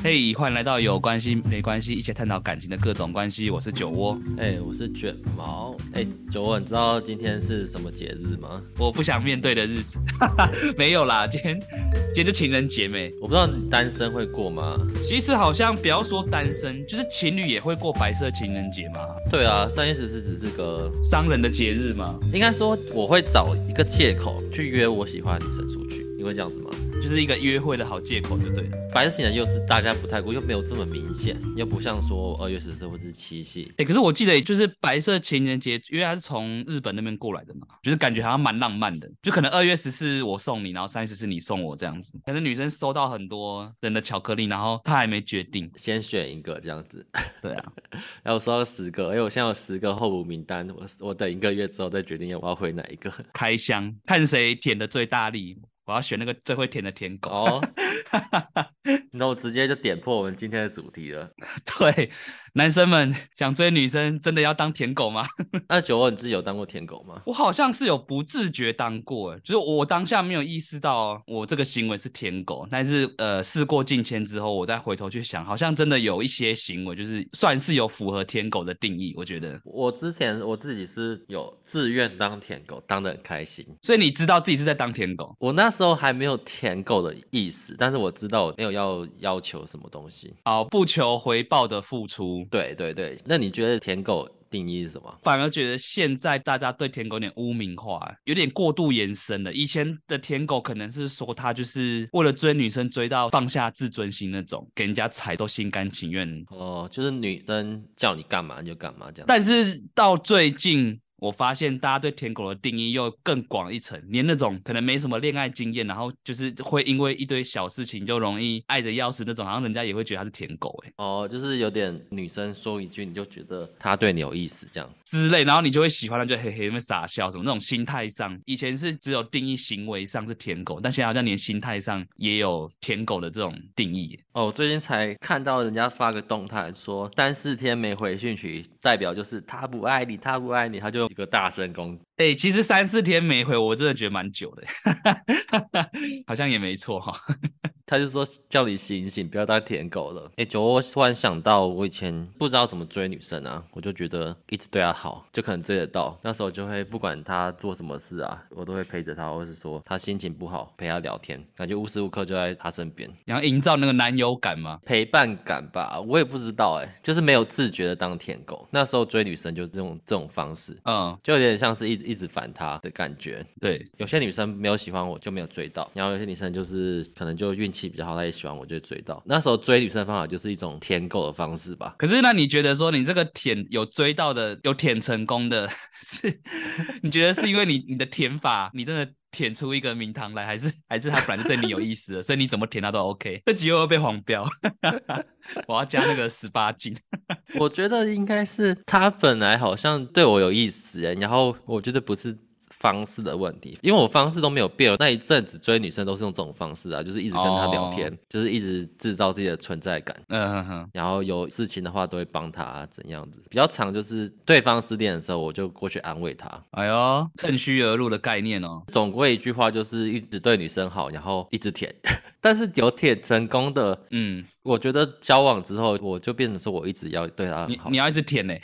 嘿，欢迎来到有关系没关系，一起探讨感情的各种关系。我是酒窝，哎、我是卷毛。哎、九窝，你知道今天是什么节日吗？我不想面对的日子， 没有啦，今天今天就情人节没。我不知道你单身会过吗？其实好像不要说单身，就是情侣也会过白色情人节嘛，对啊，三月十四只是个，商人的节日嘛，应该说我会找一个借口去约我喜欢的女生出去。你会这样子吗？就是一个约会的好借口，就对了。白色情人又是大家不太过，又没有这么明显，又不像说二月十四或者是七夕。哎、可是我记得就是白色情人节，因为它是从日本那边过来的嘛，就是感觉好像蛮浪漫的，就可能二月十四我送你，然后三月十四你送我这样子。可能女生收到很多人的巧克力，然后她还没决定。先选一个这样子， 对啊，然后我收到十个，因哎为我现在有十个候补名单，我我等一个月之后再决定要我要回哪一个。开箱看谁舔的最大力，我要选那个最会舔的舔狗。 哦， 那我直接就点破我们今天的主题了。对，男生们想追女生，真的要当舔狗吗？ 那九欧，你自己有当过舔狗吗？我好像是有不自觉当过，欸就是我当下没有意识到我这个行为是舔狗，但是呃，事过境迁之后，我再回头去想，好像真的有一些行为就是算是有符合舔狗的定义，我觉得。我之前我自己是有自愿当舔狗，当得很开心。所以你知道自己是在当舔狗，我那时候还没有舔狗的意思，但是我知道我没有要要求什么东西。哦，不求回报的付出，对对对，那你觉得舔狗定义是什么？反而觉得现在大家对舔狗有点污名化，有点过度延伸了。以前的舔狗可能是说他就是为了追女生追到放下自尊心那种，给人家踩都心甘情愿哦，就是女生叫你干嘛你就干嘛这样。但是到最近，我发现大家对舔狗的定义又更广一层，连那种可能没什么恋爱经验，然后就是会因为一堆小事情就容易爱的要死那种，好像人家也会觉得他是舔狗哎、欸、哦，就是有点女生说一句你就觉得她对你有意思这样。之类，然后你就会喜欢他，就嘿嘿那边傻笑什么那种心态上，以前是只有定义行为上是舔狗，但现在好像连心态上也有舔狗的这种定义、欸哦，我最近才看到人家发个动态说三四天没回讯息，代表就是他不爱你，他不爱你，他就用一个大声公。哎、其实三四天没回，我真的觉得蛮久的、 欸好像也没错哈、 他就说叫你醒醒，不要当舔狗了。哎、九，我突然想到，我以前不知道怎么追女生啊，我就觉得一直对她好，就可能追得到。那时候就会不管她做什么事啊，我都会陪着她，或是说她心情不好陪她聊天，感觉无时无刻就在她身边，然后营造那个男友感嘛。陪伴感吧。我也不知道哎、就是没有自觉的当舔狗。那时候追女生就是这种这种方式，嗯，就有点像是一直一直烦她的感觉。对，有些女生没有喜欢我就没有追到，然后有些女生就是可能就运气比较好，她也喜欢我就追到。那时候追女生的方法就是一种舔狗的方式吧。 可是那你觉得说你这个舔有追到的，有舔成功的，是你觉得是因为你你的舔法，你真的舔出一个名堂来，还是还是他本来就对你有意思了，所以你怎么舔他都 OK？这集又要被黄标，我要加那个十八禁。我觉得应该是她本来好像对我有意思欸，然后我觉得不是。方式的问题，因为我方式都没有变。那一阵子追女生都是用这种方式啊，就是一直跟她聊天就是一直制造自己的存在感，嗯哼哼，然后有事情的话都会帮她、啊怎样子。比较常就是对方失恋的时候，我就过去安慰她。哎呦，趁虚而入的概念哦。总归一句话就是一直对女生好，然后一直舔。 但是有舔成功的，嗯，我觉得交往之后我就变成说我一直要对她很你好你。要一直舔呢、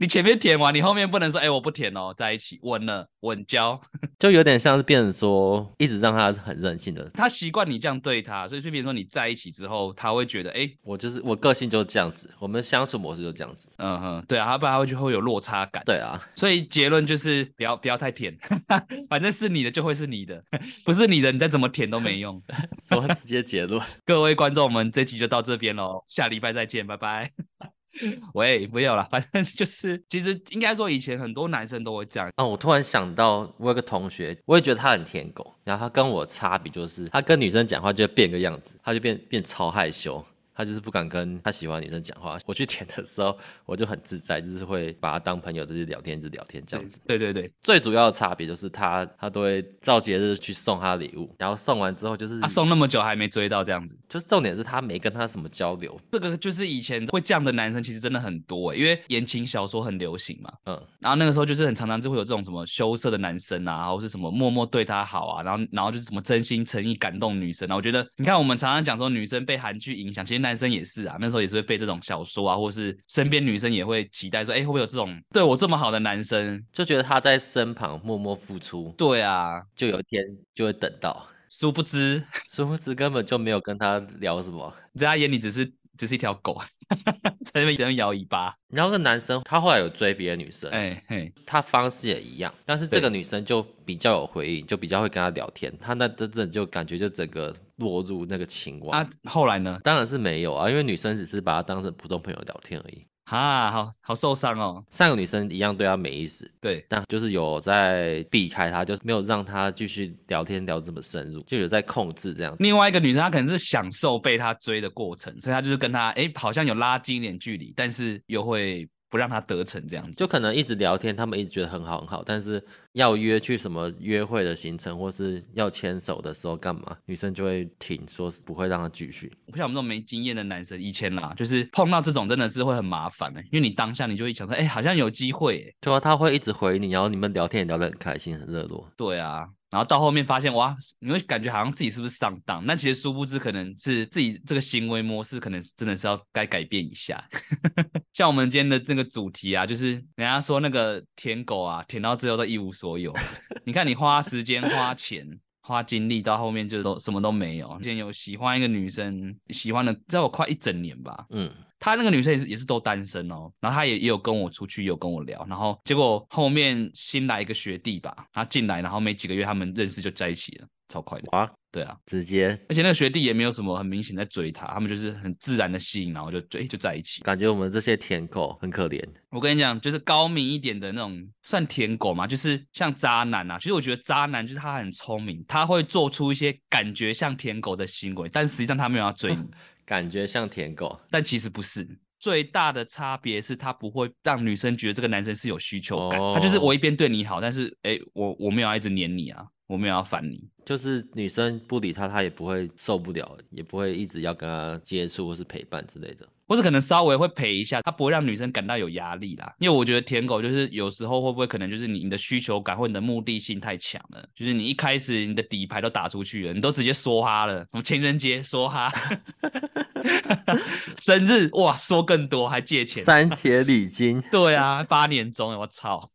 你前面舔完，你后面不能说哎、我不舔哦，在一起稳了稳交。就有点像是变成说一直让他很任性的。他习惯你这样对他，所以就比如说你在一起之后，他会觉得哎、我就是我个性就是这样子，我们相处模式就这样子。嗯哼，对啊，他不然他会就会有落差感。对啊，所以结论就是不要不要太舔， 反正是你的就会是你的， 不是你的你再怎么舔都没 用。我直接结论。各位观众，我们这集就到这边喽，下礼拜再见，拜拜。 喂，没有啦，反正就是，其实应该说以前很多男生都会这样，哦，我突然想到，我有个同学，我也觉得他很舔狗，然后他跟我差别就是，他跟女生讲话就会变个样子，他就变变超害羞。他就是不敢跟他喜欢的女生讲话。我去舔的时候，我就很自在，就是会把他当朋友，就是聊天，一直聊天这样子。对对对，最主要的差别就是他，他都会照节日去送他礼物，然后送完之后就是，他啊送那么久还没追到这样子。就是重点是他没跟他什么交流。这个就是以前会这样的男生，其实真的很多、欸、因为言情小说很流行嘛。嗯，然后那个时候就是很常常就会有这种什么羞涩的男生啊，或是什么默默对她好啊，然后然后就是什么真心诚意感动女生啊。我觉得你看我们常常讲说女生被韩剧影响，其实男生也是啊，那时候也是会被这种小说啊，或是身边女生也会期待说，哎、会不会有这种对我这么好的男生？就觉得他在身旁默默付出，对啊，就有一天就会等到。殊不知殊不知根本就没有跟他聊什么。在他眼里只是只是一条狗，在那边在那边摇尾巴。然后那个男生他后来有追别的女生，哎、嘿，他方式也一样，但是这个女生就比较有回应，就比较会跟他聊天。他那真正就感觉就整个落入那个情网。啊，后来呢？当然是没有啊，因为女生只是把他当成普通朋友聊天而已。啊，好好受伤哦。上个女生一样对他没意思，对，但就是有在避开他，就是没有让他继续聊天聊这么深入，就有在控制这样子。另外一个女生她可能是享受被他追的过程，所以她就是跟他哎、好像有拉近一点距离，但是又会不让他得逞这样子。就可能一直聊天，他们一直觉得很好很好，但是要约去什么约会的行程，或是要牵手的时候干嘛，女生就会停，说不会让他继续。我不像我们这种没经验的男生，以前啦，就是碰到这种真的是会很麻烦的、因为你当下你就会想说，哎、好像有机会、欸，对啊，他会一直回你，然后你们聊天也聊得很开心，很热络。对啊。然后到后面发现哇，你会感觉好像自己是不是上当？那其实殊不知，可能是自己这个行为模式，可能是真的是要该改变一下。 像我们今天的那个主题啊，就是人家说那个舔狗啊，舔到最后都一无所有。 你看你花时间、花钱、花精力，到后面就都什么都没有。之前有喜欢一个女生，喜欢了在我快一整年吧，嗯，她那个女生也是也是都单身哦，然后她也也有跟我出去，也有跟我聊，然后结果后面新来一个学弟吧，他进来，然后没几个月他们认识就在一起了，超快的，哇，对啊，直接而且那个学弟也没有什么很明显在追她，他们就是很自然的吸引，然后就就、诶就在一起。感觉我们这些舔狗很可怜。我跟你讲，就是高明一点的那种算舔狗嘛，就是像渣男啊，其实我觉得渣男就是他很聪明，他会做出一些感觉像舔狗的行为，但实际上他没有要追你。感觉像舔狗，但其实不是。最大的差别是他不会让女生觉得这个男生是有需求感，哦他就是我一边对你好，但是哎、诶我我没有要一直黏你啊，我没有要烦你。就是女生不理他，他也不会受不了，也不会一直要跟他接触或是陪伴之类的。或者可能稍微会陪一下，他不会让女生感到有压力啦。因为我觉得舔狗就是有时候会不会可能就是你你的需求感或你的目的性太强了，就是你一开始你的底牌都打出去了，你都直接说哈了，什么情人节说哈， 生日哇说更多还借钱，三节礼金， 对啊，八年中了，我操！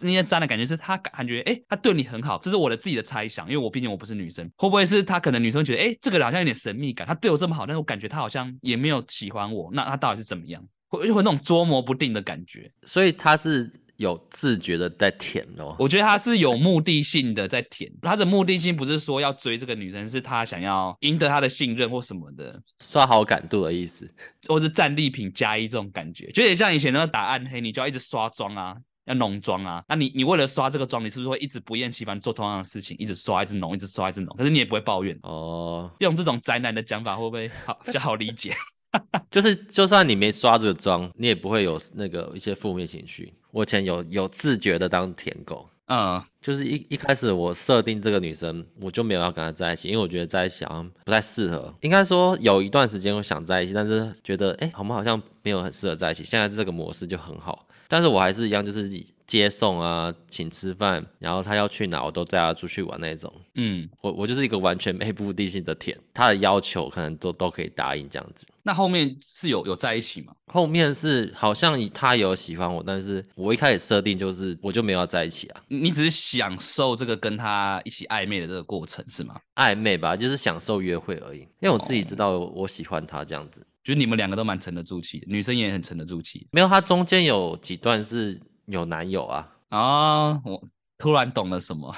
那些渣的感觉是他感觉，哎、他对你很好，这是我的自己的猜想，因为我毕竟我不是女生，会不会是他可能女生觉得，哎、这个人好像有点神秘感，他对我这么好，但是我感觉他好像也没有喜欢我，那他到底是怎么样？会会有那种捉摸不定的感觉。所以他是有自觉的在舔哦。我觉得他是有目的性的在舔，他的目的性不是说要追这个女生，是他想要赢得她的信任或什么的，刷好感度的意思。或是战利品加一这种感觉，就有点像以前那个打暗黑，你就要一直刷妆啊，要浓妆啊。那你你为了刷这个妆，你是不是会一直不厌其烦做同样的事情，一直刷，一直浓，一直刷，一直浓？可是你也不会抱怨。哦，用这种宅男的讲法，会不会好比较好理解？ 就是就算你没刷这个妆，你也不会有那个一些负面情绪。我以前有有自觉的当舔狗，嗯，就是一一开始我设定这个女生，我就没有要跟她在一起，因为我觉得在一起好像不太适合。应该说有一段时间我想在一起，但是觉得哎、诶我们好像没有很适合在一起。现在这个模式就很好，但是我还是一样，就是接送啊，请吃饭，然后她要去哪我都带她出去玩那种。嗯，我我就是一个完全没目的性的舔，他的要求可能都都可以答应这样子。那后面是有有在一起吗？后面是好像他有喜欢我，但是我一开始设定就是我就没有要在一起啊，你你只是享受这个跟他一起暧昧的这个过程是吗？暧昧吧，就是享受约会而已。因为我自己知道我我喜欢他这样子，就是你们两个都蛮沉得住气的，女生也很沉得住气没有他中间有几段是有男友啊，啊、哦。我突然懂了什么？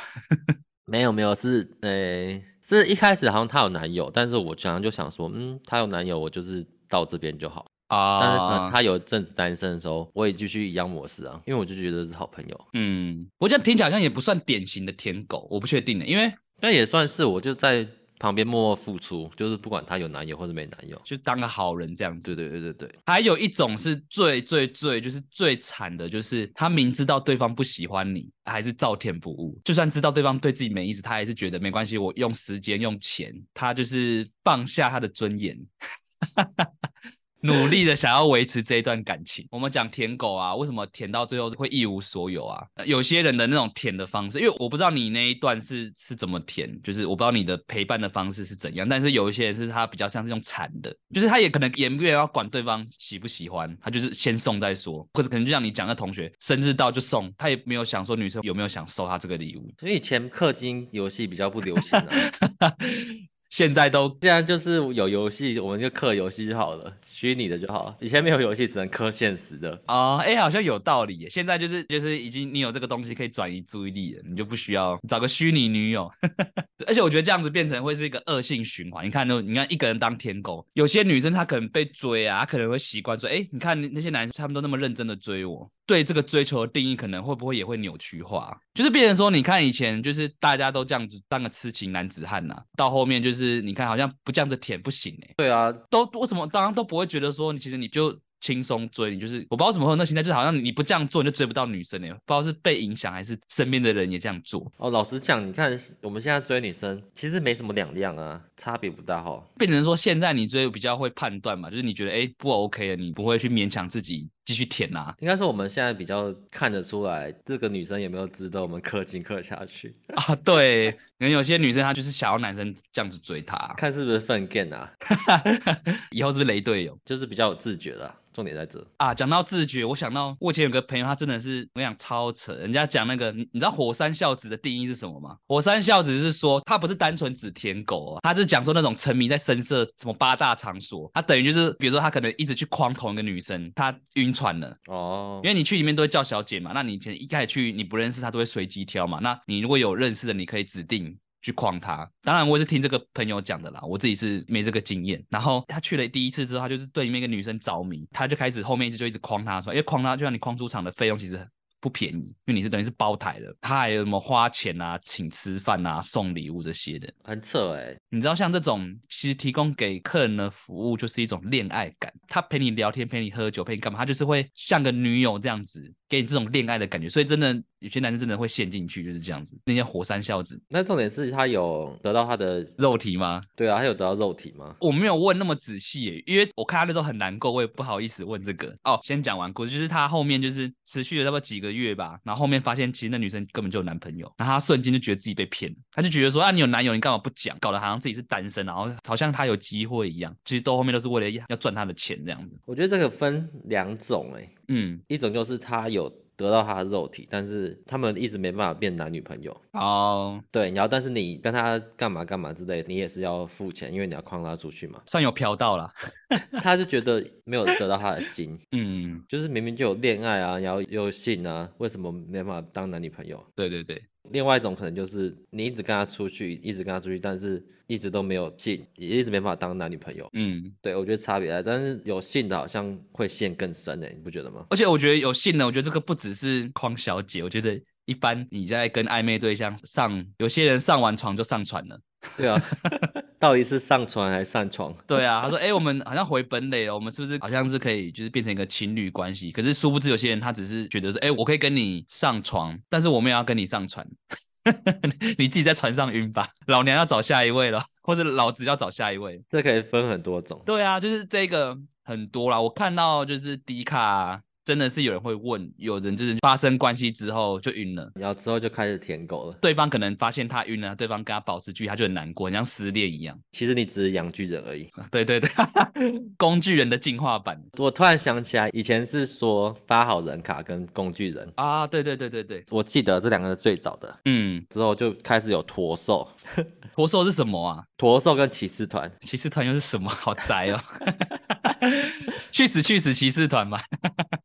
没有没有是呃、是一开始好像他有男友，但是我常常就想说，嗯，他有男友，我就是到这边就好。啊、但是可能他有一阵子单身的时候，我也继续一样模式啊，因为我就觉得是好朋友。嗯，我这样听起来好像也不算典型的舔狗，我不确定的，因为那也算是我就在旁边默默付出，就是不管她有男友或者没男友。就当个好人这样子。对对对对对，还有一种是最最最就是最惨的，就是他明知道对方不喜欢你，还是照舔不误。就算知道对方对自己没意思，他还是觉得没关系，我用时间用钱，他就是放下他的尊严。努力的想要维持这一段感情。我们讲舔狗啊，为什么舔到最后会一无所有啊？呃有些人的那种舔的方式，因为我不知道你那一段是是怎么舔，就是我不知道你的陪伴的方式是怎样，但是有一些人是他比较像是用缠的，就是他也可能也没有要管对方喜不喜欢，他就是先送再说，或者可能就像你讲的同学，生日到就送，他也没有想说女生有没有想收他这个礼物，所以以前氪金游戏比较不流行啊，现在都现在就是有游戏我们就氪游戏就好了，虚拟的就好了。以前没有游戏，只能氪现实的。啊，哎、好像有道理耶。现在就是就是已经你有这个东西可以转移注意力了，你就不需要找个虚拟女友。 而且我觉得这样子变成会是一个恶性循环。你看都，你看一个人当舔狗，有些女生她可能被追啊，她可能会习惯说，哎、你看那些男生他们都那么认真的追我，对这个追求的定义可能会不会也会扭曲化？就是变成说，你看以前就是大家都这样子当个痴情男子汉呐、到后面就是你看好像不这样子舔不行哎、对啊，都为什么当然都不会觉得说你其实你就轻松追，你就是我不知道怎么会有那心态，就是好像你不这样做你就追不到女生哎、不知道是被影响还是身边的人也这样做，哦，老实讲，你看我们现在追女生其实没什么两样啊，差别不大哈。变成说现在你追比较会判断嘛，就是你觉得哎、诶不 OK 了，你不会去勉强自己继续舔啊呐、应该说我们现在比较看得出来这个女生有没有值得我们氪金氪下去， 啊。对，可能有些女生她就是想要男生这样子追她，看是不是粪 gay 啊，以后是不是雷队友？就是比较有自觉啦。重点在这，啊，讲到自觉，我想到我以前有个朋友，他真的是我跟你讲超扯。人家讲那个，你你知道火山孝子的定义是什么吗？火山孝子是说他不是单纯指舔狗哦，他是讲说那种沉迷在深色什么八大场所，他等于就是比如说他可能一直去框同一个女生，他晕船了。哦因，为你去里面都会叫小姐嘛，那你以前一开始去你不认识她都会随机挑嘛，那你如果有认识的，你可以指定。去框她。当然我也是听这个朋友讲的啦，我自己是没这个经验。然后他去了第一次之后，他就是对里面一个女生着迷，他就开始后面一直就一直框她说，因为框她就像你框出场的费用其实很不便宜，因为你是等于是包台的，他还有什么花钱啊、请吃饭啊、送礼物这些的。很扯哎、你知道，像这种其实提供给客人的服务就是一种恋爱感。他陪你聊天，陪你喝酒，陪你干嘛？他就是会像个女友这样子，给你这种恋爱的感觉。所以真的，有些男生真的会陷进去，就是这样子。那些火山孝子，那重点是他有得到他的，肉体吗？对啊，他有得到肉体吗？我没有问那么仔细耶，因为我看他那时候很难过，我也不好意思问这个。哦，先讲完故事，就是他后面就是持续了差不多几个月吧，然后后面发现其实那女生根本就有男朋友，然后他瞬间就觉得自己被骗了，他就觉得说啊你有男友你干嘛不讲，搞得好像自己是单身，然后好像他有机会一样，其实到后面都是为了要赚他的钱这样子。我觉得这个分两种哎、嗯，一种就是他有得到他的肉体，但是他们一直没办法变男女朋友。哦，对，然后但是你跟他干嘛干嘛之类的，你也是要付钱，因为你要框他出去嘛。算有嫖到了。他是觉得没有得到他的心，嗯，就是明明就有恋爱啊，然后又有性啊，为什么没办法当男女朋友？对对对，另外一种可能就是你一直跟他出去，一直跟他出去，但是一直都没有性，也一直没办法当男女朋友。嗯。对，我觉得差别在，但是有性的好像会陷更深欸诶、你不觉得吗？而且我觉得有性的，我觉得这个不只是框小姐，我觉得一般你在跟暧昧对象上，有些人上完床就上船了。对啊，到底是上床还是上床？对啊，他说：“哎、我们好像回本垒了，我们是不是好像是可以就是变成一个情侣关系？可是殊不知有些人他只是觉得说，哎、我可以跟你上床，但是我没有要跟你上船， 你自己在船上晕吧，老娘要找下一位了，或者老子要找下一位。这可以分很多种。对啊，就是这个很多啦，我看到就是迪卡。”真的是有人会问，有人就是发生关系之后就晕了，然后之后就开始舔狗了。对方可能发现他晕了，对方跟他保持距离，他就很难过，很像失恋一样。 其实你只是养巨人而已。对对 对，工具人的进化版我突然想起来，以前是说发好人卡跟工具人，啊，对对对对对，我记得这两个是最早的，嗯，之后就开始有驼兽，驼兽是什么啊？驼兽跟骑士团，骑士团又是什么？ 好宅哦！去死去死骑士团吧！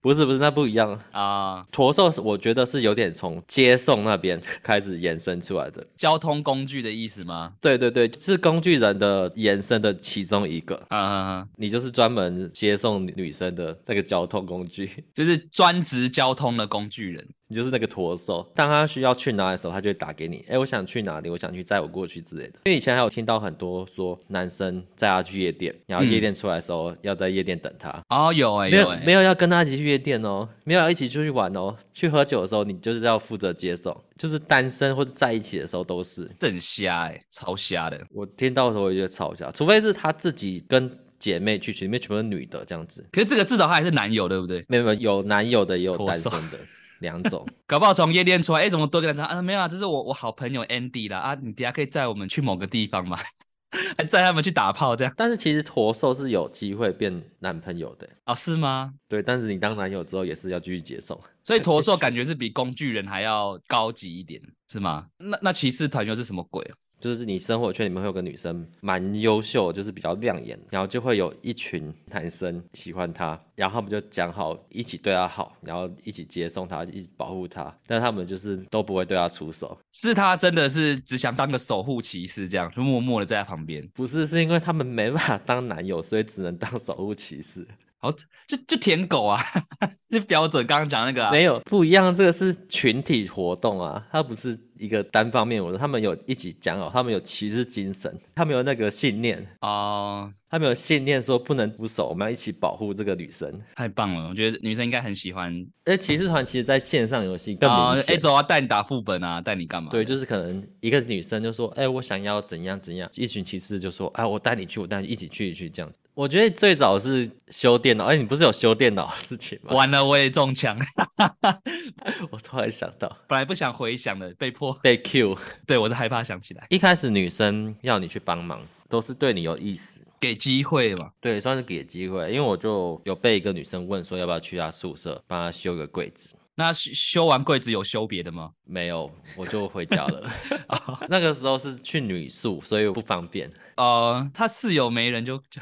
不是不是，那不一样。啊、驼兽我觉得是有点从接送那边 开始延伸出来的，交通工具的意思吗？对对对，是工具人的延伸的其中一个。啊、啊你就是专门接送女生的那个交通工具，就是专职交通的工具人。你就是那个驼兽。当他需要去哪的时候，他就会打给你。哎，我想去哪里，我想去载我过去之类的。因为以前还有听到很多说男生载他去夜店，然后夜店出来的时候、要在夜店等他，哦，有哎、嗯没有有哎、没有要跟他一起去夜店哦，没有要一起出去玩哦。去喝酒的时候，你就是要负责接送，就是单身或者在一起的时候都是。这很瞎哎、超瞎的。我听到的时候我就觉得超笑，除非是他自己跟姐妹去，里面全部是女的这样子。可是这个至少他还是男友，对不对？没有没有，有男友的也有脱单手身的，两种。 搞不好从夜店出来，哎，怎么多个男生啊？没有啊，这是我我好朋友 Andy 啦啊，你等下可以载我们去某个地方嘛， 还载他们去打炮这样但是其实驼兽是有机会变男朋友的，哦？是吗？对。但是你当男友之后也是要继续接受。所以驼兽感觉是比工具人还要高级一点，是吗？那那骑士团又是什么鬼啊？就是你生活圈里面会有个女生蛮优秀，就是比较亮眼，然后就会有一群男生喜欢她，然后他们就讲好一起对她好，然后一起接送她，一起保护她，但他们就是都不会对她出手，是他真的是只想当个守护骑士这样，就默默的在他旁边，不是是因为他们没办法当男友，所以只能当守护骑士。好就就舔狗啊， 就标准刚刚讲那个、啊，没有不一样，这个是群体活动啊，它不是一个单方面活动，他们有一起讲好，他们有骑士精神，他们有那个信念，哦，他们有信念说不能不守，我们要一起保护这个女生。太棒了，我觉得女生应该很喜欢。而骑士团其实在线上游戏更啊，明哎、显。走啊，带你打副本啊，带你干嘛？对，就是可能一个女生就说：“哎、我想要怎样怎样。”一群骑士就说：“啊，我带你去，我带你一起去一起去这样子。”我觉得最早是修电脑，哎、你不是有修电脑的事情 吗？完了，我也中枪， 我突然想到本来不想回想的，被迫。 被 Q，对我是害怕想起来，一开始女生要你去帮忙，都是对你有意思，给机会嘛。对，算是给机会。因为我就有被一个女生问说要不要去她宿舍帮她修个柜子，那修修完柜子有修别的吗？没有，我就回家了。哦那个时候是去女宿，所以不方便。呃，他室友没人就 就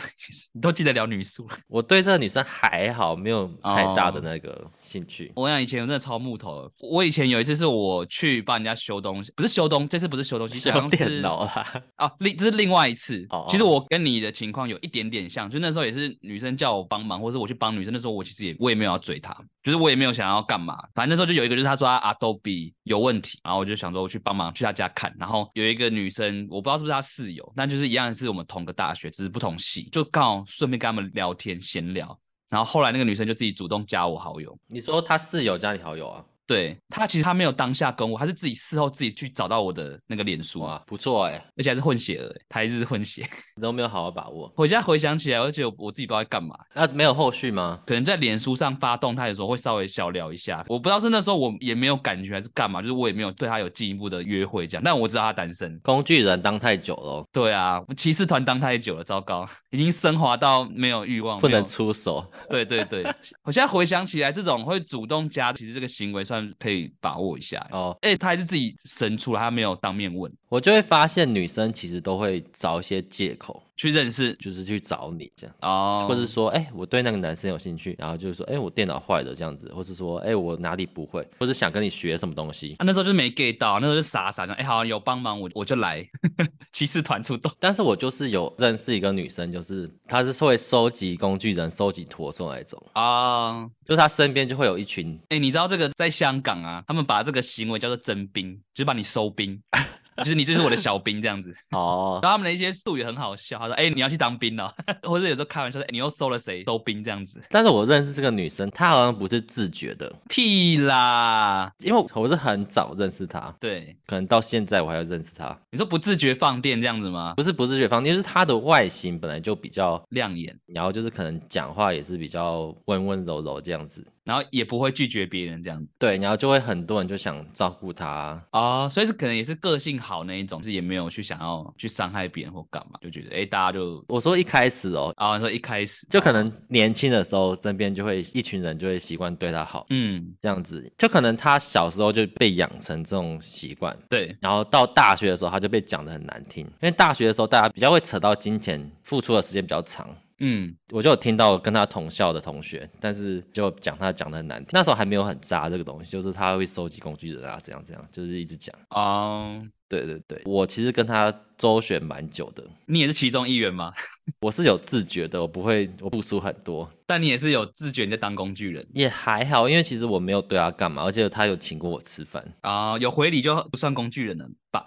你都记得聊女宿了。我对这个女生还好，没有太大的那个兴趣。我想以前我真的超木头的。我以前有一次是我去帮人家修东西，不是修东，这次不是修东西，修好 像电是脑啦，啊，另这是另外一次。哦其实我跟你的情况有一点点像，就那时候也是女生叫我帮忙，或是我去帮女生。那时候我其实也我也没有要追她，就是我也没有想要干嘛。反正那时候就有一个，就是她说她 Adobe 有问题，然后我就想说我去帮忙去她家看。然后有一个女生，我不知道是不是她室友，但就是一样是我们同个大学，只是不同系，就刚好顺便跟他们聊天闲聊。然后后来那个女生就自己主动加我好友，你说她室友加你好友啊？对她其实她没有当下跟我，她是自己事后自己去找到我的那个脸书，哇，不错哎、而且还是混血儿，台日混血。你都没有好好把握。我现在回想起来，我就觉得我自己不知道在干嘛，那、没有后续吗？可能在脸书上发动态的时候会稍微小聊一下。我不知道是那时候我也没有感觉还是干嘛，就是我也没有对他有进一步的约会这样。但我知道他单身。工具人当太久了，对啊，骑士团当太久了，糟糕， 已经升华到没有欲望，不没有能出手。对对对， 我现在回想起来，这种会主动加，其实这个行为算可以把握一下。哦，哎、他还是自己伸出来，他没有当面问我就会发现女生其实都会找一些借口，去认识就是去找你这样。哦，或者说，哎、我对那个男生有兴趣，然后就是说，哎、我电脑坏了这样子，或是说，哎、我哪里不会，或是想跟你学什么东西。啊，那时候就是没 get 到，那时候就傻傻的，哎、好，有帮忙我我就来， 骑士团出动。但是我就是有认识一个女生，就是她是会收集工具人、收集驼兽那一种，啊，就是她身边就会有一群，哎、你知道这个在香港啊，他们把这个行为叫做征兵，就是把你收兵， 就是你就是我的小兵这样子。哦，然后他们的一些术语很好笑，他说：“哎、你要去当兵了、 或者有时候开玩笑说：“哎、你又收了谁？收兵这样子。 但是我认识这个女生，她好像不是自觉的，”屁啦，因为我是很早认识她，对，可能到现在我还要认识她，你说不自觉放电这样子吗？不是不自觉方面，就是她的外形本来就比较，亮眼，然后就是可能讲话也是比较温温柔柔这样子，然后也不会拒绝别人这样子对，然后就会很多人就想照顾啊她，哦，所以是可能也是个性好那一种，是也没有去想要去伤害别人或干嘛，就觉得哎、大家就我说一开始哦，啊，你说一开始就可能年轻的时候，身边就会一群人就会习惯对她好，嗯，这样子，就可能她小时候就被养成这种习惯，对，然后到大学的时候，她就被讲得很难听，因为大学的时候大家比较会扯到金钱，付出的时间比较长。嗯，我就有听到跟她同校的同学，但是就讲她讲得很难听。那时候还没有很渣这个东西，就是她会收集工具人啊，怎样怎样，就是一直讲。哦，对对对，我其实跟她周旋蛮久的，你也是其中一员吗？ 我是有自觉的，我不会，我付出很多。但你也是有自觉你在当工具人也还好，因为其实我没有对他干嘛，而且他有请过我吃饭， 啊、有回礼就不算工具人了吧？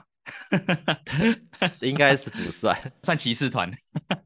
应该是不算。 算骑士团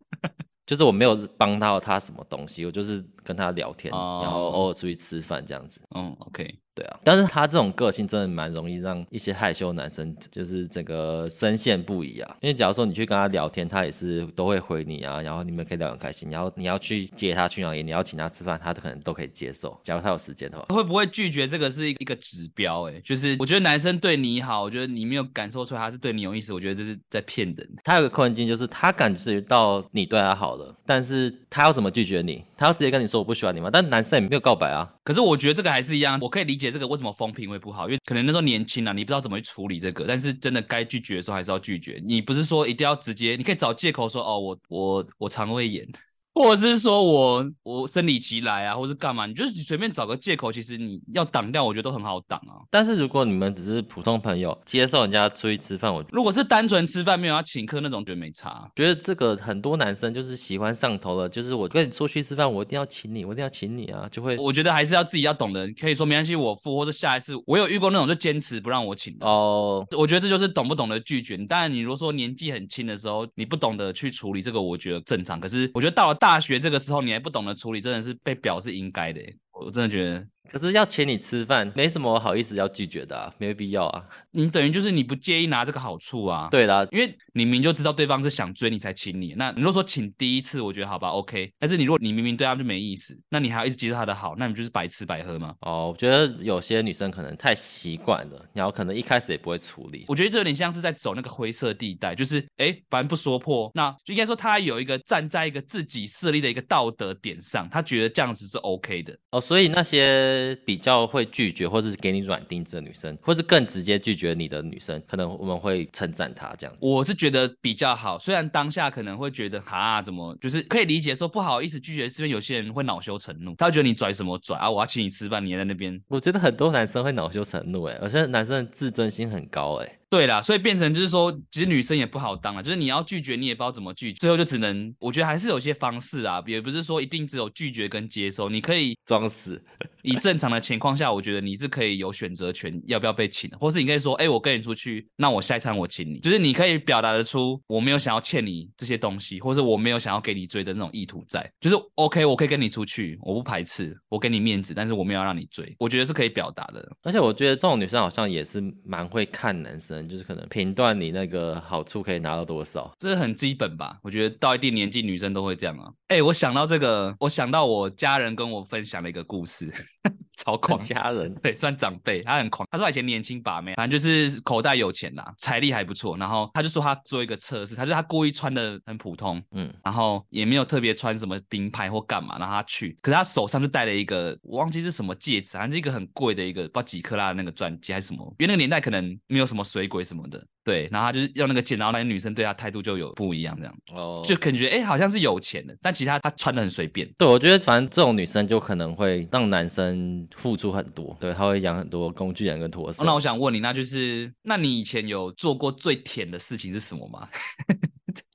就是我没有帮到他什么东西，我就是跟她聊天，哦然后偶尔出去吃饭这样子。嗯，OK，对啊，但是她这种个性真的蛮容易让一些害羞男生就是整个深陷不已啊。因为假如说你去跟她聊天，她也是都会回你啊，然后你们可以聊得很开心。然后你要去接她去哪里，你要请她吃饭，她都可能都可以接受。假如她有时间的话，会不会拒绝这个是一个指标、欸？哎，就是我觉得男生对你好，我觉得你没有感受出来他是对你有意思，我觉得这是在骗人。她有个困境就是她感觉到你对她好了，但是她要怎么拒绝你？她要直接跟你说我不喜欢你吗？但男生也没有告白啊。可是我觉得这个还是一样，我可以理解这个为什么风评会不好，因为可能那时候年轻啊，你不知道怎么去处理这个。但是真的该拒绝的时候还是要拒绝，你不是说一定要直接，你可以找借口说哦，我我我肠胃炎， 或者是说我我生理期来啊，或是干嘛，你就是随便找个借口，其实你要挡掉，我觉得都很好挡啊。但是如果你们只是普通朋友，接受人家出去吃饭，我如果是单纯吃饭没有要请客那种，觉得没差。觉得这个很多男生就是喜欢上头了，就是我跟你出去吃饭，我一定要请你，我一定要请你啊，就会我觉得还是要自己要懂得，可以说没关系，我付，或者下一次我有遇过那种就坚持不让我请的。哦。我觉得这就是懂不懂得拒绝。当然，你如果说年纪很轻的时候，你不懂得去处理这个，我觉得正常。可是我觉得到了大学这个时候，你还不懂得处理，真的是被表是应该的耶。我真的觉得可是要请你吃饭，没什么好意思要拒绝的、啊，没必要啊。你等于就是你不介意拿这个好处啊。对啦，因为你明明就知道对方是想追你才请你，那你如果说请第一次，我觉得好吧，OK。但是你如果你明明对他就没意思，那你还要一直接受他的好，那你不就是白吃白喝吗？哦，我觉得有些女生可能太习惯了，然后可能一开始也不会处理。我觉得这有点像是在走那个灰色地带，就是哎，诶反正不说破，那就应该说他有一个站在一个自己设立的一个道德点上，他觉得这样子是 OK 的。哦，所以那些比较会拒绝或者是给你软钉子的女生，或是更直接拒绝你的女生，可能我们会称赞她这样子。我是觉得比较好，虽然当下可能会觉得哈怎么，就是可以理解说不好意思拒绝，是因为有些人会恼羞成怒，他会觉得你拽什么拽啊，我要请你吃饭，你还在那边。我觉得很多男生会恼羞成怒，哎，而且男生的自尊心很高，哎，对啦，所以变成就是说，其实女生也不好当了，啊就是你要拒绝，你也不知道怎么拒，最后就只能，我觉得还是有些方式啊，也不是说一定只有拒绝跟接收，你可以装死。以正常的情况下，我觉得你是可以有选择权，要不要被请的，或是你可以说，哎、我跟你出去，那我下一餐我请你，就是你可以表达得出我没有想要欠你这些东西，或是我没有想要给你追的那种意图在，就是 OK，我可以跟你出去，我不排斥，我给你面子，但是我没有让你追，我觉得是可以表达的。而且我觉得这种女生好像也是蛮会看男生，就是可能评断你那个好处可以拿到多少。这很基本吧？我觉得到一定年纪，女生都会这样啊。哎、我想到这个，我想到我家人跟我分享的一个故事， 超狂。家人对，算长辈，他很狂。他说他以前年轻把妹，反正就是口袋有钱啦，财力还不错。然后他就说他做一个测试，他就是他故意穿的很普通，嗯，然后也没有特别穿什么名牌或干嘛，让他去。可是他手上就戴了一个，我忘记是什么戒指，反正是一个很贵的一个，不知道几克拉的那个钻戒还是什么。因为那个年代可能没有什么水鬼什么的，对。然后他就是用那个戒，然后那些女生对他态度就有不一样，这样哦，就感觉哎、诶好像是有钱的，但其实他他穿的很随便。对我觉得反正这种女生就可能会让男生付出很多，对，她会养很多工具人跟驼哦色。那我想问你，那就是那你以前有做过最甜的事情是什么吗？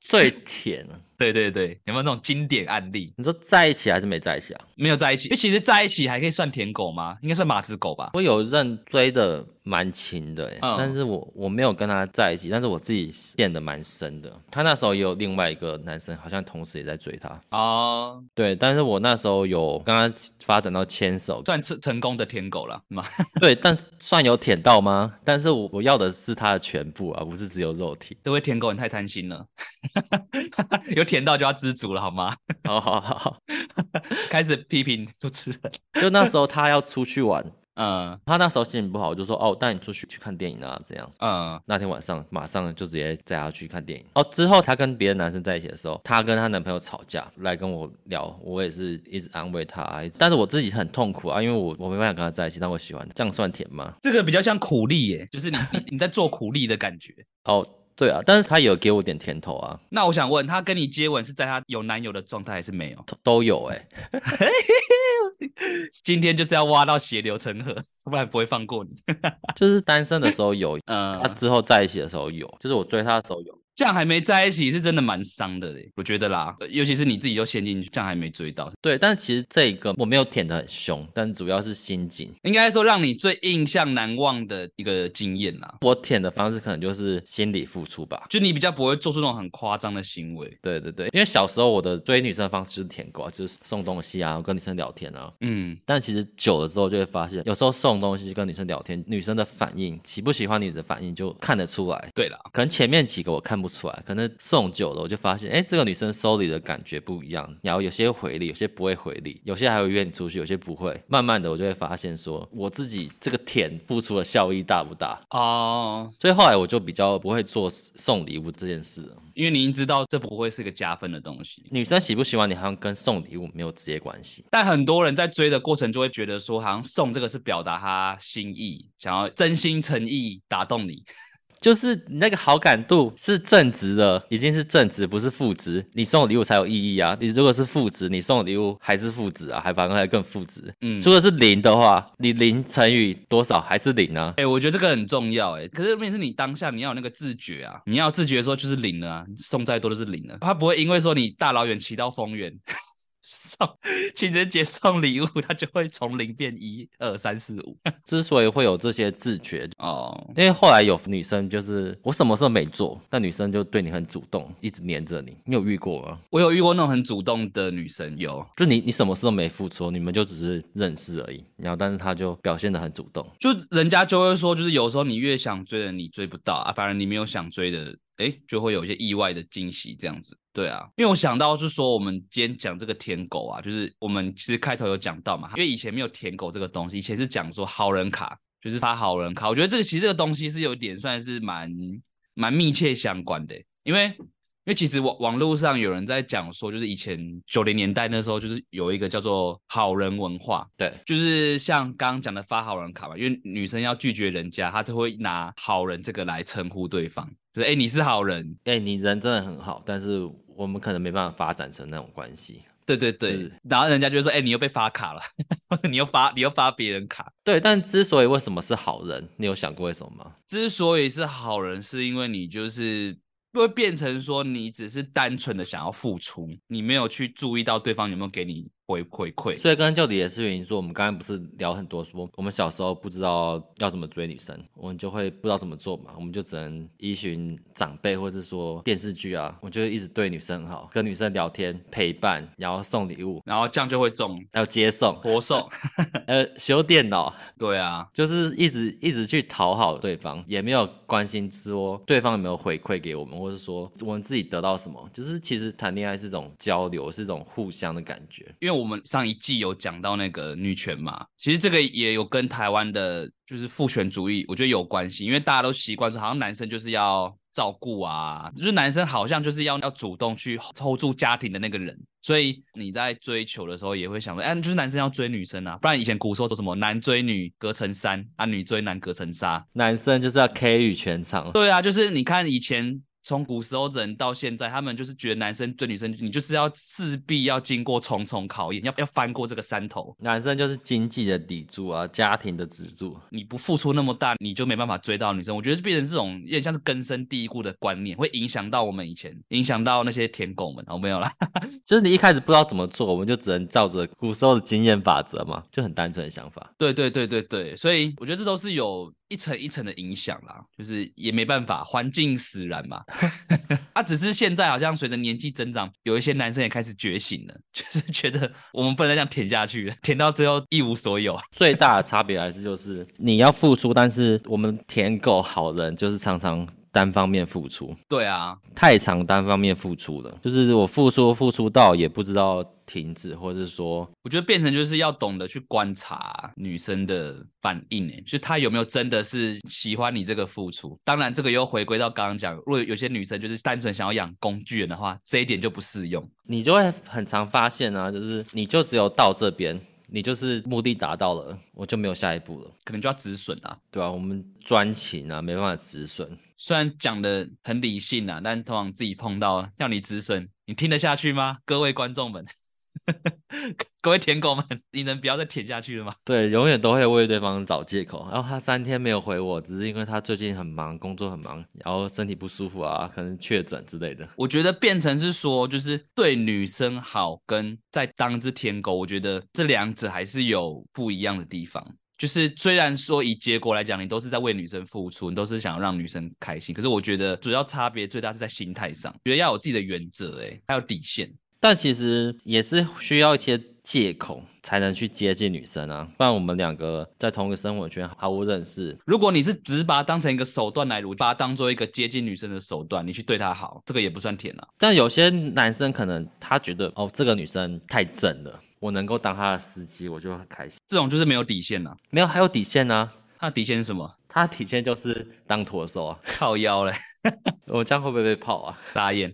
最甜啊，对对对，有没有那种经典案例？你说在一起还是没在一起啊？没有在一起，因为其实在一起还可以算舔狗吗？应该算马子狗吧。我有认追的蛮勤的、欸，嗯但是我我没有跟他在一起，但是我自己陷的蛮深的。他那时候也有另外一个男生，好像同时也在追他，哦，对，但是我那时候有跟他发展到牵手，算成成功的舔狗了嘛？ 对，但算有舔到吗？但是我我要的是他的全部啊，不是只有肉体。 这位舔狗你太贪心了， 有舔到就要知足了好吗？ 好好好好，开始批评主持人。就那时候他要出去玩，嗯他那时候心情不好，我就说哦，我带你出去去看电影啊，这样。嗯，那天晚上马上就直接带他去看电影。哦，之后她跟别的男生在一起的时候，她跟她男朋友吵架，来跟我聊，我也是一直安慰她，但是我自己很痛苦啊，因为我我没办法跟她在一起，但我喜欢她，这样算甜吗？这个比较像苦力耶，就是你你你在做苦力的感觉。哦，对啊，但是她也有给我点甜头啊，那我想问，他跟你接吻是在他有男友的状态还是没有？都都有哎、今天就是要挖到血流成河， 不然不会放过你。 就是单身的时候有，嗯啊她，之后在一起的时候有，就是我追她的时候有。这样还没在一起是真的蛮伤的嘞，我觉得啦，呃尤其是你自己又陷进去，这样还没追到，对，但其实这个我没有舔的很凶，但主要是心境。应该说让你最印象难忘的一个经验啦。我舔的方式可能就是心理付出吧。就你比较不会做出那种很夸张的行为，对对对，因为小时候我的追女生的方式就是舔狗啊，就是送东西啊，跟女生聊天啊。嗯，但其实久了之后就会发现，有时候送东西跟女生聊天，女生的反应喜不喜欢你的反应就看得出来。对啦，可能前面几个我看不出来，可能送久了我就发现，哎，这个女生收礼的感觉不一样，然后有些回礼，有些不会回礼，有些还会约你出去，有些不会。慢慢的我就会发现说，我自己这个舔付出的效益大不大？哦，所以后来我就比较不会做送礼物这件事了。因为你已经知道这不会是个加分的东西，女生喜不喜欢你，好像跟送礼物没有直接关系。但很多人在追的过程就会觉得说，好像送这个是表达他心意，想要真心诚意打动你。就是你那个好感度是正值的，已经是正值，不是负值。你送礼物才有意义啊！你如果是负值，你送礼物还是负值啊，还反而还更负值。嗯如果是零的话，你零乘以多少还是零啊？哎、我觉得这个很重要哎、可是问题是你当下你要有那个自觉啊，你要自觉说就是零了啊，送再多都是零了，他不会因为说你大老远骑到丰原。送情人节送礼物，他就会从零变一二三四五之所以会有这些自觉，哦，因为后来有女生就是我什么事都没做，但女生就对你很主动，一直黏着你。你有遇过吗？我有遇过那种很主动的女生，有，就你你什么事都没付出，你们就只是认识而已。然后但是她就表现得很主动。就人家就会说，就是有时候你越想追的你追不到啊，反而你没有想追的，哎，就会有一些意外的惊喜这样子。对啊，因为我想到就是说我们今天讲这个舔狗啊，就是我们其实开头有讲到嘛，因为以前没有舔狗这个东西，以前是讲说好人卡，就是发好人卡。我觉得这个其实这个东西是有点算是蛮蛮密切相关的，因为。因为其实网网络上有人在讲说，就是以前九零年代那时候，就是有一个叫做好人文化，对，就是像刚刚讲的发好人卡嘛，因为女生要拒绝人家，她都会拿好人这个来称呼对方，就是哎、诶你是好人，哎、你人真的很好，但是我们可能没办法发展成那种关系。对对对是，然后人家就会说哎、诶你又被发卡了， 或者你又发你又发别人卡。对，但之所以为什么是好人，你有想过为什么吗？之所以是好人，是因为你就是会变成说你只是单纯的想要付出，你没有去注意到对方有没有给你回回馈。所以根究底也是原因说，我们刚刚不是聊很多说，我们小时候不知道要怎么追女生，我们就会不知道怎么做嘛，我们就只能依循长辈或是说电视剧啊，我就一直对女生很好，跟女生聊天、陪伴，然后送礼物，然后这样就会中还有接送， 活送，呃，修电脑，对啊，就是一直一直去讨好对方，也没有关心说对方有没有回馈给我们，或者说我们自己得到什么。就是其实谈恋爱是一种交流，是一种互相的感觉。因为我们上一季有讲到那个女权嘛，其实这个也有跟台湾的，就是父权主义，我觉得有关系，因为大家都习惯说，好像男生就是要照顾啊，就是男生好像就是要要主动去 hold 住家庭的那个人，所以你在追求的时候也会想说，哎，就是男生要追女生啊，不然以前古时候说什么男追女隔层山啊，女追男隔层纱，男生就是要 K 与全场，对啊，就是你看以前从古时候人到现在，他们就是觉得男生对女生，你就是要势必要经过重重考验，要要翻过这个山头。男生就是经济的底柱啊，家庭的支柱。你不付出那么大，你就没办法追到女生。我觉得是变成这种有点像是根深蒂固的观念，会影响到我们以前，影响到那些舔狗们。哦，没有啦， 就是你一开始不知道怎么做，我们就只能照着古时候的经验法则嘛，就很单纯的想法。对对对对对，所以我觉得这都是有一层一层的影响啦，就是也没办法，环境使然嘛。 啊，只是现在好像随着年纪增长，有一些男生也开始觉醒了， 就是觉得我们不能再这样舔下去了，舔到最后一无所有。 最大的差别还是就是你要付出，但是我们舔狗好人就是常常单方面付出。对啊，太常单方面付出了，就是我付出付出到也不知道停止，或者是说，我觉得变成就是要懂得去观察女生的反应，诶，就她有没有真的是喜欢你这个付出。当然，这个又回归到刚刚讲，如果有些女生就是单纯想要养工具人的话，这一点就不适用。你就会很常发现啊，就是你就只有到这边，你就是目的达到了，我就没有下一步了，可能就要止损啦。对吧、我们专情啊，没办法止损，虽然讲的很理性啊，但通常自己碰到要你止损，你听得下去吗？各位观众们， 各位舔狗们，你能不要再舔下去了吗？对，永远都会为对方找借口。然后他三天没有回我，只是因为他最近很忙，工作很忙，然后身体不舒服啊，可能确诊之类的。我觉得变成是说，就是对女生好跟在当只舔狗，我觉得这两者还是有不一样的地方。就是虽然说以结果来讲，你都是在为女生付出，你都是想让女生开心，可是我觉得主要差别最大是在心态上，觉得要有自己的原则，哎，还有底线。但其实也是需要一些借口才能去接近女生啊，不然我们两个在同一个生活圈毫无认识，如果你是只是把它当成一个手段来撸，把它当做一个接近女生的手段，你去对她好，这个也不算舔啊。但有些男生可能他觉得哦，这个女生太正了，我能够当她的司机，我就很开心。这种就是没有底线呐、啊。没有，还有底线呢、他的底线是什么？他的底线就是当驼手啊。靠腰嘞，我这样会不会被泡啊？打眼。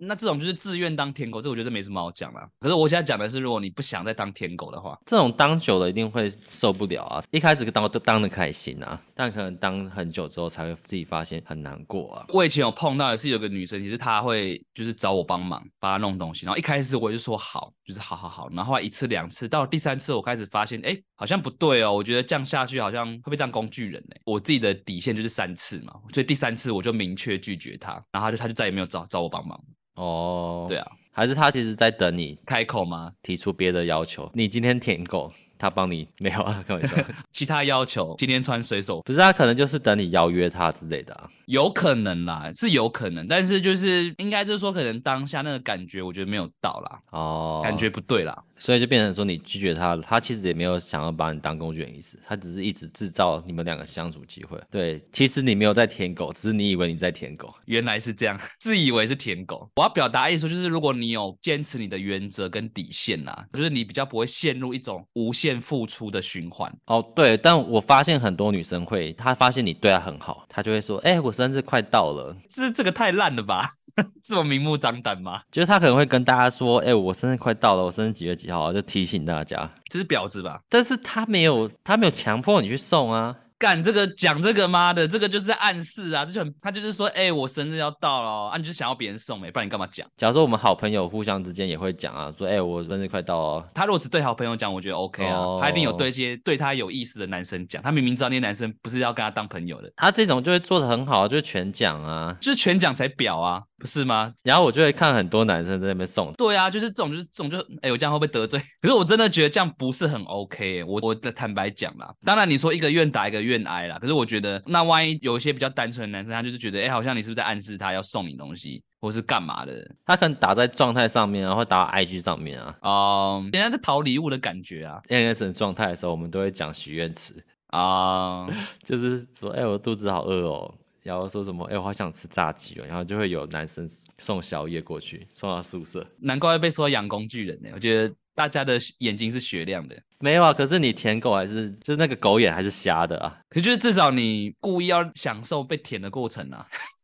那这种就是自愿当舔狗，这我觉得没什么好讲啦、可是我现在讲的是，如果你不想再当舔狗的话，这种当久了一定会受不了啊！一开始当都当的开心啊，但可能当很久之后才会自己发现很难过啊。我以前有碰到也是有个女生，也是她会就是找我帮忙，帮她弄东西。然后一开始我就说好，就是好好好。然后后来一次两次，到第三次我开始发现，哎，好像不对哦。我觉得这样下去好像会被当工具人哎。我自己的底线就是三次嘛，所以第三次我就明确拒绝她，然后她就她就再也没有找找我帮忙。哦，对啊，还是他其实在等你开口吗？提出别的要求。你今天舔狗，他帮你没有啊？开 玩笑，其他要求，今天穿水手不是他可能就是等你邀约他之类的啊。有可能啦，是有可能，但是就是应该就是说，可能当下那个感觉，我觉得没有到啦，哦，感觉，不对啦。所以就变成说你拒绝他，他其实也没有想要把你当工具人意思，他只是一直制造你们两个相处机会。对，其实你没有在舔狗，只是你以为你在舔狗。原来是这样， 自以为是舔狗。我要表达的意思就是，如果你有坚持你的原则跟底线啦、就是你比较不会陷入一种无限付出的循环。哦，对，但我发现很多女生会，她发现你对她很好，她就会说，哎、我生日快到了，这这个太烂了吧？ 这么明目张胆吗？就是她可能会跟大家说，哎、我生日快到了，我生日几月几号啊，就提醒大家。这是婊子吧？但是她没有，她没有强迫你去送啊。干这个讲这个妈的，这个就是在暗示啊，这就很他就是说，哎、我生日要到了哦、啊，你就想要别人送呗、不然你干嘛讲？假如说我们好朋友互相之间也会讲啊，说，哎、我生日快到哦，他如果只对好朋友讲，我觉得 OK 啊，哦他一定有对一些对他有意思的男生讲，他明明知道那些男生不是要跟他当朋友的，他这种就会做的很好，就是全讲啊。就是全讲才表啊，不是吗？然后我就会看很多男生在那边送，对啊，就是这种，就是这种就，哎、我这样会不会得罪？ 可是我真的觉得这样不是很 OK 耶、我我的坦白讲啦，当然你说一个愿打一个愿挨啦，可是我觉得那万一有一些比较单纯的男生，他就是觉得，哎、好像你是不是在暗示他要送你东西，或是干嘛的？他可能打在状态上面啊，或打到 IG 上面啊。哦、人家在讨礼物的感觉啊， NS 状态的时候，我们都会讲许愿词，啊、就是说，哎、我肚子好饿哦，然后说什么，哎、我好想吃炸鸡哦，然后就会有男生送宵夜过去，送到宿舍。难怪会被说养工具人呢、我觉得大家的眼睛是雪亮的。没有啊，可是你舔狗还是就是那个狗眼还是瞎的啊。可就是至少你故意要享受被舔的过程啊，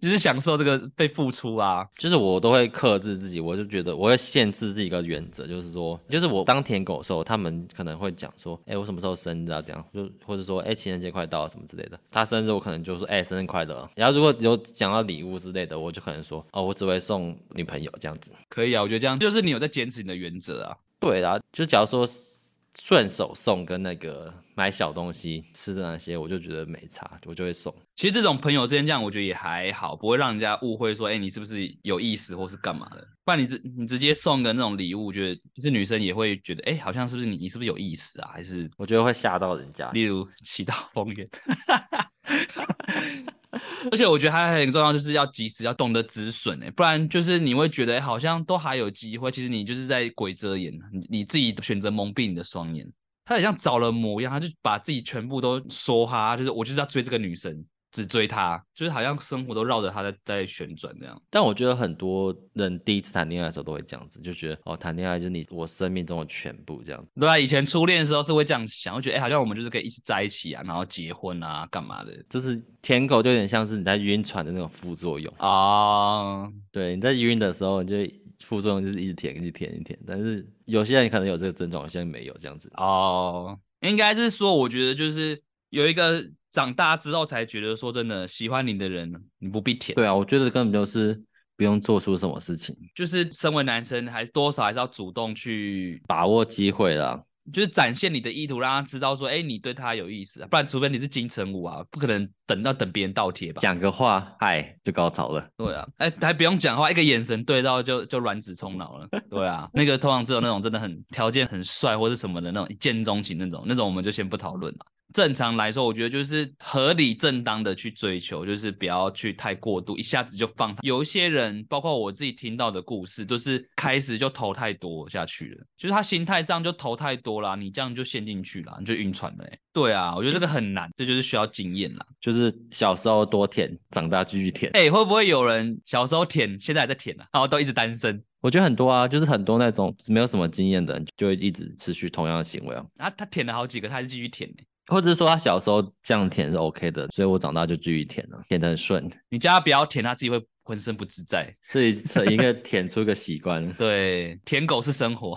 就是享受这个被付出啊。就是我都会克制自己，我就觉得我会限制自己一个原则，就是说，就是我当舔狗的时候，他们可能会讲说，哎、我什么时候生日啊？这样，就或者说，哎、情人节快到了什么之类的。他生日我可能就说，哎、生日快乐。然后如果有讲到礼物之类的，我就可能说，哦，我只会送女朋友这样子。可以啊，我觉得这样就是你有在坚持你的原则啊。对啦，就假如说顺手送跟那个买小东西吃的那些，我就觉得没差，我就会送。其实这种朋友之间这样，我觉得也还好，不会让人家误会说，哎、你是不是有意思或是干嘛的？不然你直你直接送个那种礼物，我觉得就是女生也会觉得，哎、好像是不是你你是不是有意思啊？还是我觉得会吓到人家。例如祈祷风源。 而且我觉得还很重要，就是要及时要懂得止损、欸，不然就是你会觉得、哎好像都还有机会，其实你就是在鬼遮眼，啊你你自己选择蒙蔽你的双眼。他很像着了魔一样，他就把自己全部都梭哈，就是我就是要追这个女生，只追她，就是好像生活都绕着她在在旋转这样。但我觉得很多人第一次谈恋爱的时候都会这样子，就觉得哦，谈恋爱就是你我生命中的全部这样子。对啊，以前初恋的时候是会这样想，会觉得哎、好像我们就是可以一直在一起啊，然后结婚啊，干嘛的就是舔狗就有点像是你在晕船的那种副作用，啊。对，你在晕的时候，你就副作用就是一直舔，一直舔，一直舔。但是有些人可能有这个症状，有些人没有这样子。哦，应该是说，我觉得就是有一个长大之后才觉得，说真的，喜欢你的人，你不必舔。对啊，我觉得根本就是不用做出什么事情，就是身为男生，还多少还是要主动去，把握机会啦。就是展现你的意图，让他知道说，哎、你对他有意思、啊，不然除非你是金城武啊，不可能等到等别人倒贴吧？讲个话，嗨，就高潮了。对啊，哎、还不用讲话，一个眼神对到就就卵子冲脑了。对啊，那个通常只有那种真的很条件很帅或是什么的那种一见钟情那种，那种我们就先不讨论了。正常来说，我觉得就是合理正当的去追求，就是不要去太过度，一下子就放。有一些人，包括我自己听到的故事，都是开始就投太多下去了，就是他心态上就投太多啦，你这样就陷进去啦，你就晕船了、欸。对啊，我觉得这个很难，这就是需要经验啦。就是小时候多舔，长大继续舔。哎、会不会有人小时候舔，现在还在舔啊，然后都一直单身？我觉得很多啊，就是很多那种没有什么经验的人，就会一直持续同样的行为啊，啊，他舔了好几个，他还是继续舔、欸、或者是说他小时候这样舔是 OK 的，所以我长大就继续舔了、舔得很顺，你叫他不要舔，他自己会浑身不自在。所以这一个舔出一个习惯。对，舔狗是生活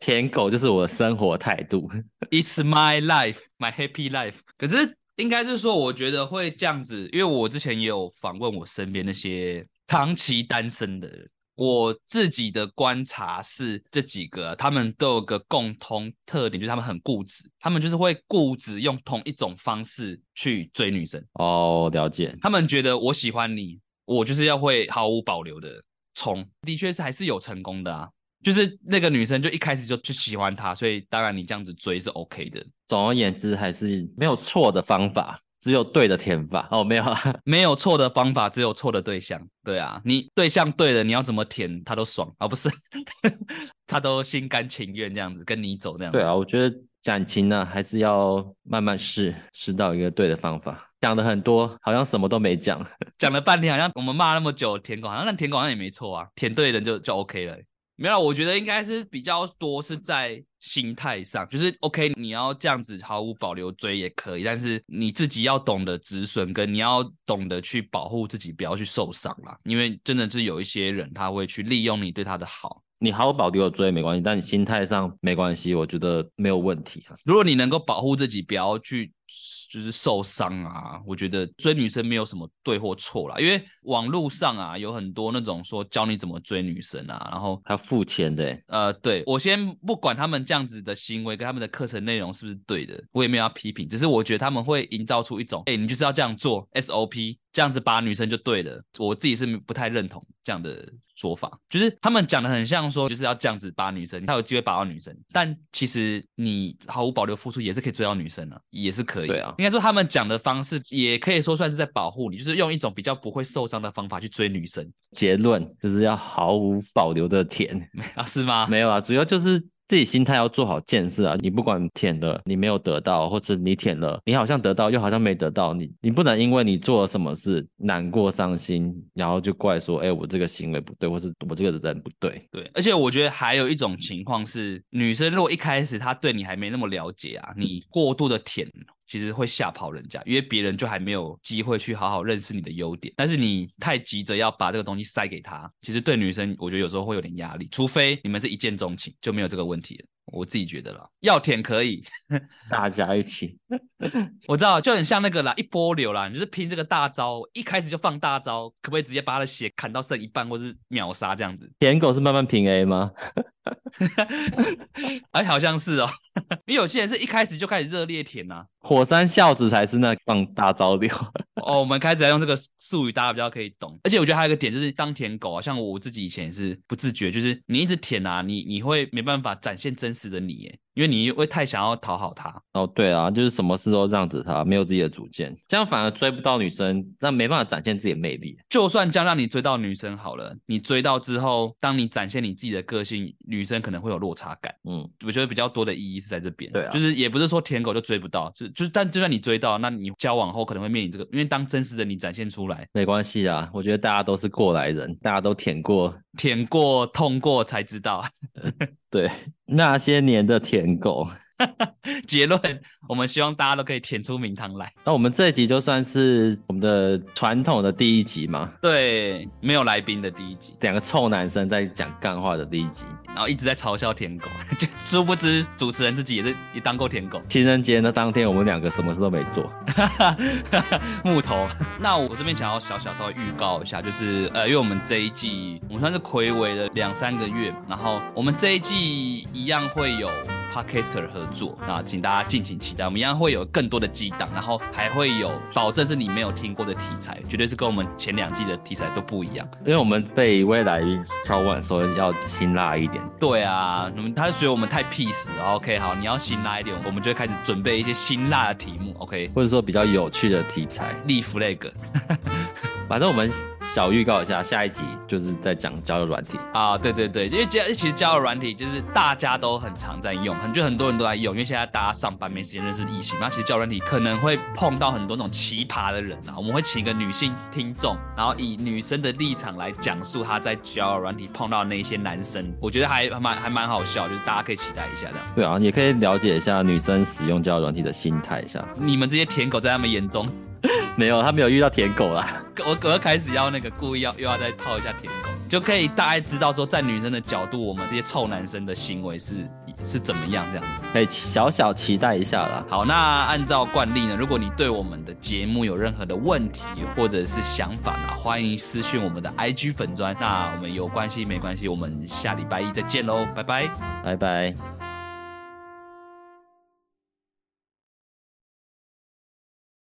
舔狗就是我的生活态度， ，It's my life, my happy life。可是应该是说，我觉得会这样子，因为我之前也有访问我身边那些长期单身的人。我自己的观察是，这几个啊、他们都有个共通特点，就是他们很固执，他们就是会固执用同一种方式去追女生。哦，了解，他们觉得我喜欢你，我就是要会毫无保留的冲。的确是还是有成功的啊，就是那个女生就一开始就就喜欢他，所以当然你这样子追是 OK 的，总而言之还是没有错的方法，只有对的舔法。哦，没有啊， 没有错的方法，只有错的对象。对啊，你对象对了，你要怎么舔他都爽啊，不是， 他都心甘情愿这样子跟你走那样。对啊，我觉得感情呢还是要慢慢试，试到一个对的方法。讲的很多，好像什么都没讲。 讲了半天，好像我们骂那么久舔狗，好像那舔狗好像也没错啊，舔对人就就 OK 了欸、没有啦，我觉得应该是比较多是在心态上，就是 OK，你要这样子毫无保留追也可以，但是你自己要懂得止损，跟你要懂得去保护自己，不要去受伤啦。因为真的是有一些人他会去利用你对他的好，你毫无保留的追没关系，但你心态上没关系，我觉得没有问题啊。如果你能够保护自己，不要去就是受伤啊，我觉得追女生没有什么对或错啦，因为网络上啊有很多那种说教你怎么追女生啊，然后还要付钱的欸，呃，对我先不管他们这样子的行为跟他们的课程内容是不是对的，我也没有要批评，只是我觉得他们会营造出一种，哎、你就是要这样做 SOP，这样子把女生就对了。我自己是不太认同这样的说法，就是他们讲的很像说，就是要这样子把女生，才有机会把到女生，但其实你毫无保留付出也是可以追到女生啊，也是可以。对啊应该说他们讲的方式也可以说算是在保护你，就是用一种比较不会受伤的方法去追女生结论就是要毫无保留的舔。啊，是吗？没有啊，主要就是自己心态要做好建设啊。你不管舔了，你没有得到，或者你舔了，你好像得到又好像没得到，你你不能因为你做了什么事难过伤心，然后就怪说，哎、我这个行为不对，或是我这个人不对。对，而且我觉得还有一种情况是，女生如果一开始她对你还没那么了解啊，你过度的舔，其实会吓跑人家，因为别人就还没有机会去好好认识你的优点。但是你太急着要把这个东西塞给她，其实对女生我觉得有时候会有点压力，除非你们是一见钟情，就没有这个问题了。我自己觉得啦，要舔可以， 大家一起，我知道就很像那个啦，一波流啦，你就是拼这个大招，一开始就放大招，可不可以直接把他的血砍到剩一半，或是秒杀这样子？舔狗是慢慢平 A 吗？ 哎，好像是哦，因为有些人是一开始就开始热烈舔啊呐、火山孝子才是那放大招流。哦，我们开始要用这个术语，大家比较可以懂。而且我觉得还有一个点就是，当舔狗啊，像我自己以前也是不自觉，就是你一直舔啊，你你会没办法展现真实的你耶，因为你会太想要讨好他。哦，对啊，就是什么事都让着他，没有自己的主见，这样反而追不到女生，那没办法展现自己的魅力。就算这样让你追到女生好了，你追到之后，当你展现你自己的个性，女生可能会有落差感。嗯，我觉得比较多的意义是在这边，对啊就是也不是说舔狗就追不到，就就是但就算你追到，那你交往后可能会面临这个，因为当真实的你展现出来，没关系啊，我觉得大家都是过来人，大家都舔过舔过、痛过才知道。 对，那些年的舔狗，结论，我们希望大家都可以舔出名堂来。那我们这一集就算是我们的传统的第一集嘛，对，没有来宾的第一集，两个臭男生在讲干话的第一集。然后一直在嘲笑舔狗， 就殊不知主持人自己也是也当过舔狗。情人节那当天，我们两个什么事都没做。 木头。那我这边想要小小稍微预告一下，就是呃，因为我们这一季我们算是暌违了两三个月，然后我们这一季一样会有 podcaster 合作，那请大家敬请期待，我们一样会有更多的激荡，然后还会有保证是你没有听过的题材，绝对是跟我们前两季的题材都不一样。因为我们被一位来宾敲碗说要辛辣一点，对啊，你们他就觉得我们太 peace 了，OK，好，你要辛辣一点，我们就会开始准备一些辛辣的题目，OK，或者说比较有趣的题材。立 flag 反正我们小预告一下，下一集就是在讲交友软体。啊，对对对，因为交其实交友软体就是大家都很常在用，很就很多人都在用，因为现在大家上班没时间认识异性，那其实交友软体可能会碰到很多那种奇葩的人啊。我们会请一个女性听众，然后以女生的立场来讲述她在交友软体碰到的那一些男生，我觉得还还蛮还蛮好笑，就是大家可以期待一下的。对啊，也可以了解一下女生使用交友软体的心态一下。你们这些舔狗在他们眼中，没有，他没有遇到舔狗啦。我我要开始要那个故意要又要再套一下舔狗，就可以大概知道说在女生的角度，我们这些臭男生的行为是是怎么样这样子。可以小小期待一下啦。好，那按照惯例呢，如果你对我们的节目有任何的问题或者是想法呢，欢迎私讯我们的 IG 粉砖。那我们有关系没关系，我们下礼拜一再见喽，拜拜。拜拜。